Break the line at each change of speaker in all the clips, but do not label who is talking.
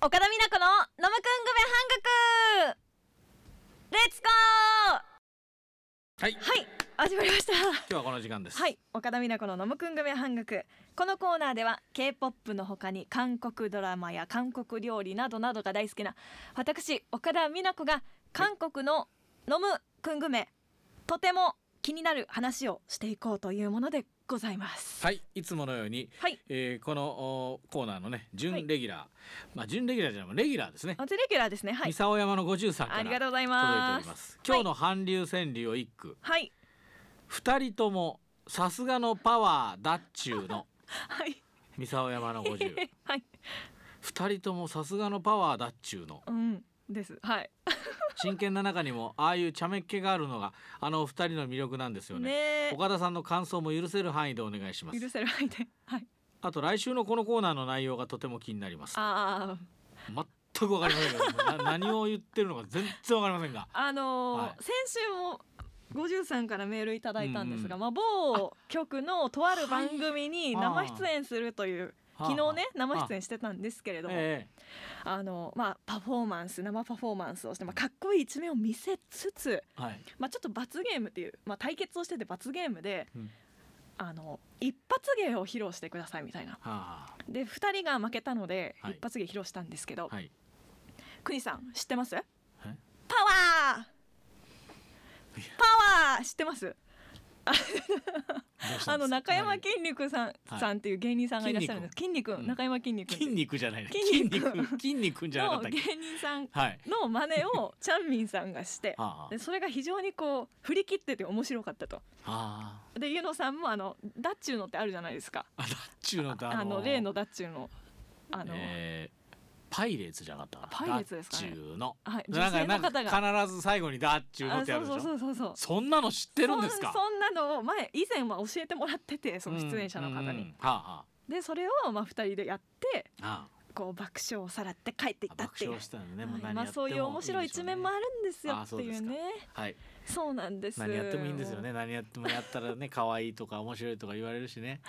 岡田美奈子の飲むくんぐべ半額レッツゴ
はい、今
ーはい始まりました
日はこの時間です。
はい岡田美奈子の飲むくんぐべ半額このコーナーでは K-POP の他に韓国ドラマや韓国料理などなどが大好きな私岡田美奈子が韓国の飲むくんぐめとても気になる話をしていこうというものでございます
はい、いつものように、
はい
えーこのおコーナーのね、準レギュラー、まあ準レギュラーじゃなくてレギュラーですね。
あテレギュラーですねは
三
い
沢山の五十三か
あ
ら
り
届
が
いて
とうござい
お
ま
り
す
ます。今日の韓流川柳を一句、
はい
二、人ともさすがのパワーだっちゅう の
はい
三沢山の五十。
はい
二人ともさすがのパワーだっちゅうの。
うんですはい
真剣な中にもああいう茶目っ気があるのがあのお二人の魅力なんですよね。
ねえ
岡田さんの感想も許せる範囲でお願いします
許。せる範囲ではい
あと来週のこのコーナーの内容がとても気になります。
ああ
全くわかりませんけどな何を言ってるのか全然わかりませんが
あのー
はい
先週も53からメールいただいたんですが、
う
まあ、某局のとある番組に
はい
生出演するという、 昨日ね生出演してたんですけれども、
え
あのまあ、パフォーマンス生パフォーマンスをして、まあ、かっこいい一面を見せつつ、
えはい
まあ、ちょっと罰ゲームっていう、まあ、対決をしてて罰ゲームで、
うん
あの一発芸を披露してくださいみたいな
は
で2人が負けたので
はい
一発芸披露したんですけど、
あはい
国さん知ってます
え
パワーパワー知ってます
どうした
あ
んで
の
す
中山
何
筋肉さん、
はい
さんっていう芸人さんがいらっしゃるんです筋肉
うん
中山筋肉ってい
筋
う
肉じゃない ね
筋
筋
肉
肉筋肉じゃなかっ
の
たっ
芸
け
人さん
はい
の真似をチャンミンさんがして
はあ
でそれが非常にこう振り切ってて面白かったと
はあ
でゆのさんもあのダッチューのってあるじゃないですか
あだっちゅうのと
あの例のダッチューのあの、
えーパイレーツじゃなかったかな
パイレーツですかね
だっちゅうの
はい、
な
女
んか
性の
なん
方が
か必ず最後にだっちゅうの
あ
ってあ
そ
る
う
でし
そうそ
ょ
うそうそう
そんなの知ってるんですか
そんそんなのを前以前は教えてもらっててその出演者の方に、
うんうんはあは
でそれをまあ二人でやって
あはあ
こう爆笑をさらって帰っていったっ
爆
ていう
笑したのねも
は
う
い
何や
まあ
っても
そういう面白い
でしょ
一
うね
面もあるんですよっ
あ
てい
そううです
ね
かはい
そうなんです
何やってもいいんですよね何やってもやった らね可愛いとか面白いとか言われるしね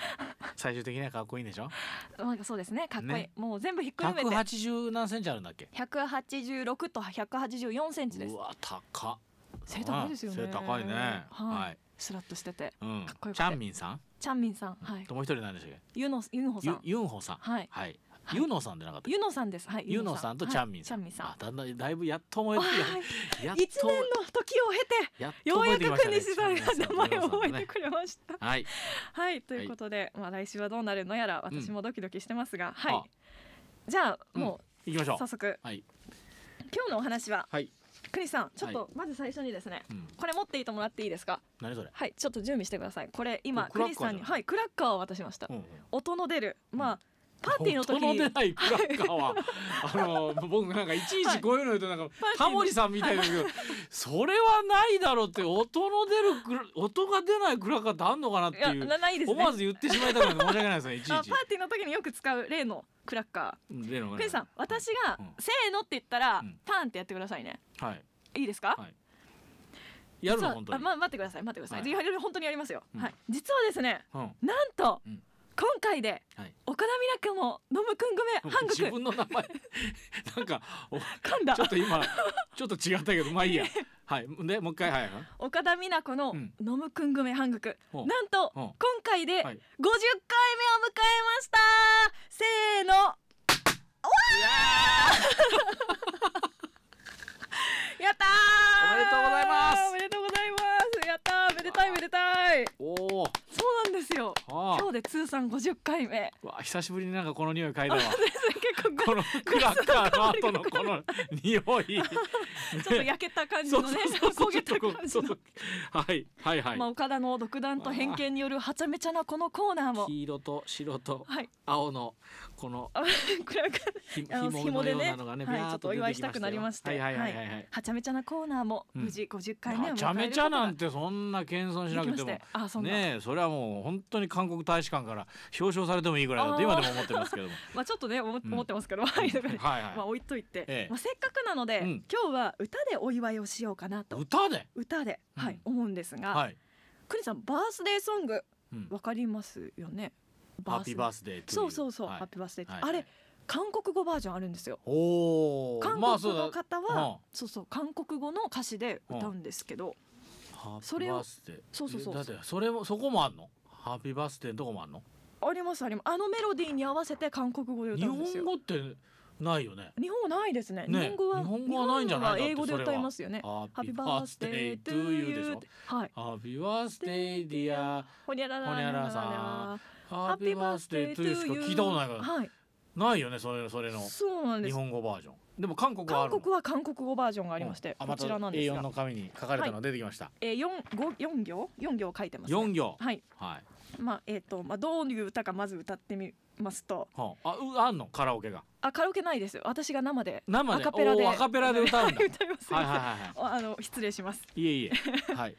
最終的にはかっこいいんでしょ
なんかそうですねかっこいい、
ね
もう全部ひっくるめて
180何センチあるんだっけ
186と184センチです
うわ高っ
背高いですよね
背高いね
は
はいい、
スラッとしてて
うん
かっこよくて
チャンミンさん
チャンミンさんはい
ともう一人なんでしたっ
ユノユノホ
け
さ
ユ
ん
ユンホさん
はい
は
は
い
い
ユノさんじゃなかったっけ
ユノさんですはい
ユノさんとチャンミンさん
はいチャンミンさん
あだんだんだいぶやっと思え
わ
て
あ
やっ
一
と
年の時を経て
やっ
よ
と
う
覚
や
えてき
く
ましたね
国士さんが名前を覚えて
る
くれました
はい
はいということで、まあ来週はどうなるのやら私もドキドキしてますが、はい、
あ
じゃあも
行きましょ
う
う
早速、
はい
今日のお話は
はい
クリさんちょっとまず最初にですね、
うん
これ持っていてもらっていいですか
何それ
はいちょっと準備してくださいこれ今
こ
ク
れ
リさんに
クラ
は
ッカーじゃない
いクラッカーを渡しました、
うんうん
音の出るまあパーティーの時
音
に
出ないクラッカーはあの僕なんかいちいちこういうの言うとなんか、
パーティーの
タモリさんみたいだけどそれはないだろうって音の出るクラ音が出ないクラッカーってあんのかなって
いや
いう
なないです
思
ね
わず言ってしまいたくなって申し訳ないですねいち
あパ
い
ー
ち
ティーの時によく使う例のクラッカ
例の
ー
ね
クリさん私が
うん
せーのって言ったら、
うん
パンってやってくださいね
はい
いいですか、
はいやるの本当
あ
に、
ま、待ってください待ってください、
はい
いやいや本当にやりますよ、
うん
はい実はですね
うん
なんと、
うん
今回で
はい
岡田美奈君も飲むくん組半
自
額
分の名 前なんかお
噛んだ
ちょっと今ちょっと違ったけどま あいいやはいでもう一回はい
岡田美奈子の
うん
飲むくん組半額、
ほう
なんと
うん
今回で50
は
回目
い
を迎えましたせーのやったー
おめでとうございます
おめでとうございますやったーめでたいめでたい
おおー
そうなんですよ
あ
今日で通算50回 目
ーわ久しぶりになんかこの匂い嗅いだわ
結構
この クラッカーの後のこの匂い。
ちょっと焼けた感じのね焦げた感じの
はいはいはい。
まあ、岡田の独断と偏見によるはちゃめちゃなこのコーナーも。
黄色と白と
はい、
青のこの
あこれは
ひ
あの
紐のようなのが
紐でね
ね、
はい
ビャー
ちょ
っと
っとお
出
祝
て
いし
きまし
たた
よ
くなりまして
はいはいはいはい。
はちゃめちゃなコーナーも無事50回目を迎える
はちゃめちゃなん
て
てそんな謙遜しなくても。
あそんな、
ねえそれはもう本当に韓国大使館から表彰されてもいいぐらいだと今でも思ってますけども
まあちょっとね思
うん
思ってますけど、 はいだから
はい
まあ
は
置いといて、
ええ
まあせっかくなので、
うん
今日は歌でお祝いをしようかないと
歌で
歌で、
うん
はい思うんですが、
はい、
クリさんバースデーソング
うん
わかりますよね
ハッピー
ー
バースデー
そうそうそう、
はい
ハッピーバースデーって、
はい
あれ韓国語バージョンあるんですよ。
おお
韓
まあ
国
そう
の
だ
方は、
うん
そうそう韓国語の歌詞で歌うんですけど、
ハッピー
それを
バースデー
そうそうそう
えだってそれもそこもあんのハッピーバースデーのとこもあんの
ありますありますあのメロディーに合わせて韓国語で
日
歌うんですよ。
本語ってないよね
日本ないですね。
ね
日本語は
日本語はないんじゃない
日本語は英語
だ
で
ってそれは
歌いますよね。
ハ
ハッピーバースデートゥーユ
でし
ー
ょ
ってはい。
ハッピーバースデーディア
ほにゃららら
ほに
ら
ゃら
ら
らさ
ら。
ハッピーバースデートゥーしか聞いたことないから
はい。
ないよねそれそれの
そうなんで
日
す。
本語バージョンでも韓国はあ
韓
るの
国は韓国語バージョンがありまして、
うん
こちらなんです
あ
が、
また A4 の紙に書かれたの出てきました
えー、四五四行四行書いてます、ね。
四行
はい。
はい
まあえっ、とまあどういう歌かまず歌ってみますと、
はああうあんのカラオケが
あカラオケないですよ。私が生で
生
ア
で
カペラで
おーアカペラで 歌うんだ
はい歌います。
はいはいはいは
あの失礼します。
いいえい えはい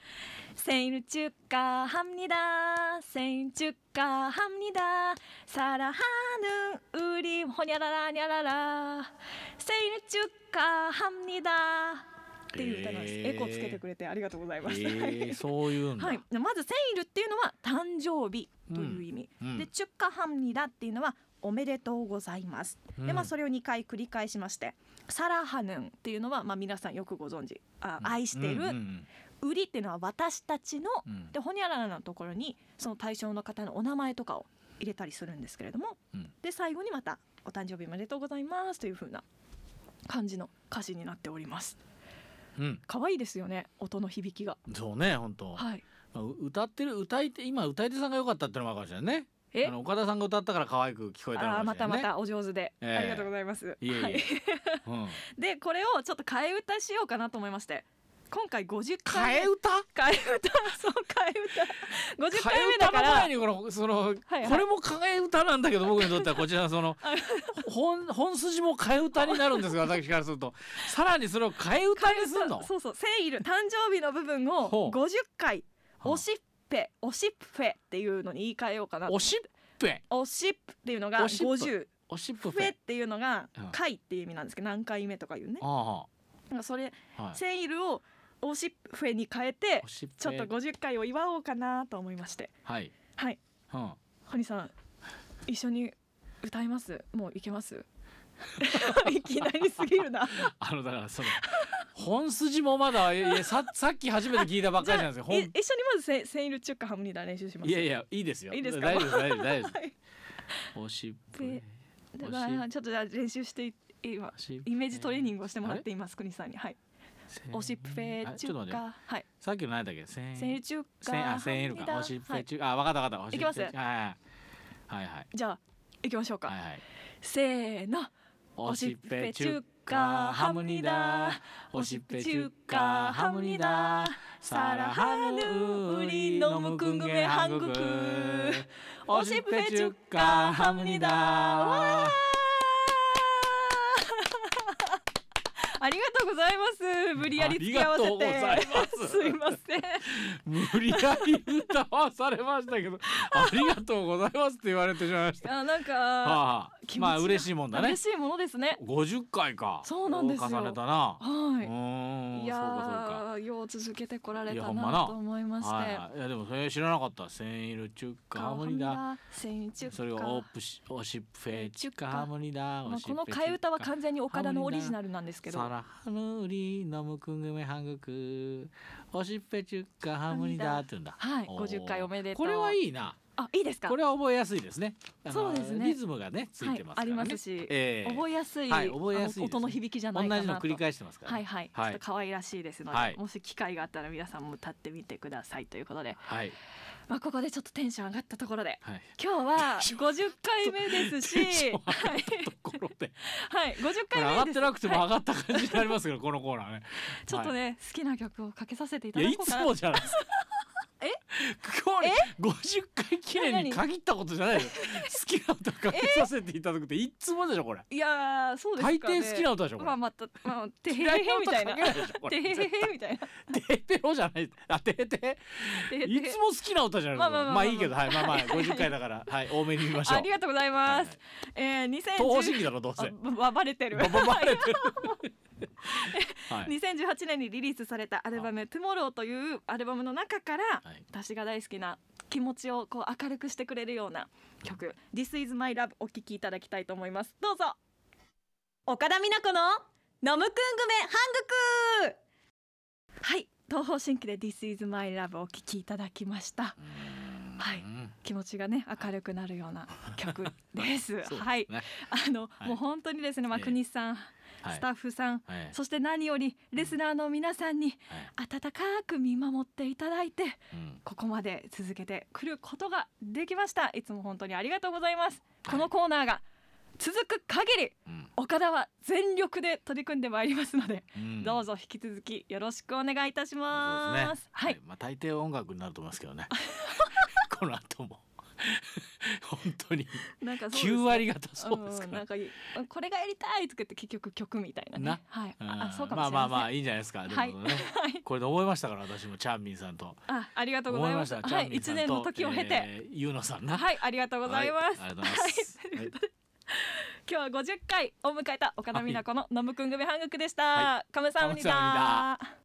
생일 축하합니다. 생일 축하합니다. 사랑하는 우리 호냐라라냐라라. 생일 축하합니다.っていう歌なんです。エコーつけてくれてありがとうございます。
えー、そういうんだ、
はい、まず「セイル」っていうのは誕生日という意味、
うんうん
で「チュッカハンニダ」っていうのはおめでとうございます、でまあそれを2回繰り返しまして「サラハヌン」っていうのは、まあ、皆さんよくご存知あ愛してる、
うんうん
売りっていうのは私たちの
うんうん
でほにゃららのところにその対象の方のお名前とかを入れたりするんですけれども、
うん
で最後にまた「お誕生日おめでとうございます」というふうな感じの歌詞になっております
うん
可愛いですよね音の響きが
そうね本当、
はい
まあう歌ってる歌い手今歌い手さんが良かったってのもあるかもしれないね
え
あの岡田さんが歌ったから可愛く聞こえたの
あ
か
ー
も
ま
しれな
た
いね
またお上手で、
ええ
ありがとうございます
いえい
は
え、
い、
うん、
でこれをちょっと替え歌しようかなと思いまして今回50
替
回
え歌
替え歌 そう替え歌50回目
替え歌
だ
の
から
前にこのその、
はい
これも替え歌なんだけど僕にとってはこちらそ の
あ
本本筋も替え歌になるんですが私からす るとさらにそれを替え歌にするの
そうそうセイル誕生日の部分
ほう
を50回
はあ
おしっぺおしっぺっていうのに言い換えようかな
おしっぺ
おしっぺっていうのが
おしっぺ
50
おしっぺ
ぺっていうのが
うん
回っていう意味なんですけど何回目とかいうね
あ
なんかそれ
あ、はい、
セイルをおしっぺに変えて
おしっぺ
ちょっと50回を祝おうかなと思いまして
はい、
はい
うん、
ホニさん一緒に歌いますもういけます いきなりすぎるな
あのだからその本筋もまだいやささっき初めて聞いたばっかりなんですよ
い
本
一緒にまずセセイルチュッカハムニダ練習します
いやいやいいですよ
いいですか
大丈夫です大丈夫です大丈夫
はい
ですおしっぺ
でで
おしっぺ
ちょっとじゃあ練習してい今
おしっぺ
イメージトレーニングをしてもらっています国さんにはいおしっぺ
あ
チ
ちょ
ュ
っ
ッ
と待って
カはい
さっきの何だっけ千
セイルチュッカ
千あ千円
ハムニ
か
ダ
おしっ
は
ぺ
い
中あわかったわかったおしっぺ
いきます
はいはいはいはい
じゃあ行きましょうか、
はいはい
せーの
おしっぺ中華
華
ハムニダおしっぺ中華ハムニダサラハヌウリノムクングメハングクおしっぺ中華ハムニダ
わー ありがとうございます無理やり付き合わせて
ありがとうございます
すいません
無理やり歌わされましたけどありがとうございますって言われてしまいました
あなんか
はあ
気持ちが
まあ嬉しいもんだね
嬉しいものですね
50回か
そうなんですよ
重ねたな
は
うー
い
ん
いや
そうかそうか
ーよう続けてこられ
いや
た
ほんまな
なと思いまして
はいはい、いやでもそれ知らなかった。センイルチュッカハーモニダ。それをオープシオシップフェチュッカハーモニダ。
ま
オ
あ、
シッ
こ
プ
の
フェチュッカ
替え歌は完全に岡田のオリジナルなんですけど
サラハヌーリノムクングメハングクオシップフェチュッカハーモニダって言うんだ。
はい
おー
50回おめでとう
これはいいな。
あいいですか
これは覚えやすいですね。あの
そうですね
リズムがねついてますからね。
はいありますし
ええ
覚えやすい,、
はい覚えやすいですね
あの音の響きじゃないかな
同
と
じの繰り返してますからね。
はいはい、
はい
ちょっと可愛らしいですので、
はい
もし機会があったら皆さんも歌ってみてくださいということで、
はい
まあ、ここでちょっとテンション上がったところで
はい。
今日は50回目です
テンシ
し
ョン上がったところで、
はい、50
これ上が
回
っ
目で
て
す
なくても
は
上がった感じになりますけど、このコーナーね。
いちょっとね、好きな曲をかけさせていた
いや
だ
い
こう
つ
かな
もじゃないです。
え？
これ五十回記念に
何何
限ったことじゃないよ。好きな歌かけさせていただくっていつもでしょこれ。
いやーそうですか、
大
ね、
抵好きな歌でしょこ
まあ
れ。
また、まあ、てへへへみ たいな
嫌歌かけないでしょこ
て
れ
へへ
絶
へみたいな
対てへぺろじゃない。あてへて
てへへ
へ。いつも好きな歌じゃないで
まあ
すか。
まあまあまあ
まあいいけどはいまあまあ五十回だからはい多めに見ましょう。
ありがとうございます、えー、
はいはい東方
2010
神起だろどうせ。
あばばれてる
バババレてる。はい。
2018年にリリースされたアルバム「TOMORROW」というアルバムの中から
はい
私私が大好きな気持ちをこう明るくしてくれるような曲「This is my love」お聴きいただきたいと思いますどうぞ岡田美奈子の「ノムクングメハングク」はい東方神起で「This is my love」お聴きいただきましたはい気持ちがね明るくなるような曲です
そうです
はい
ね
あの、
はい
もう本当にですね、まあ、
ええ
国さん、
はい
スタッフさん
はい
そして何よりレスナーの皆さんに温かく見守っていただいて
うん
ここまで続けてくることができましたいつも本当にありがとうございます
はい
このコーナーが続く限り
うん
岡田は全力で取り組んでまいりますので、
うん
どうぞ引き続きよろしくお願いいたし
そう
ま
ですすね
はい、
まあ大抵音楽になると思いますけ どねこの後も 本当に
なんかそうですね
9割方そうです
ん
か
な
ら
んかいいこれがやりたいとか言って結局曲みたいなね
な
はい
うん
ああそうかも
ま
し
あ
れま
ま
せ
あ
ん
まあいいんじゃないですかでも
はい
ね
はい
これで思いましたから私もチャンミンさんと
あ、ありがとうご
思
ざ
い
い
ま
ま
し
す。
たチ
は
ャ
い、
ンミンさ
一
んと
年の時を経て、
えーゆうのさんな
はい、ありがとうございます。
はいありがとうございます
はいという
はい
ことで今日は50回を迎えた岡田美奈子のノムくん組半額でした。
は
カムサハムニダー。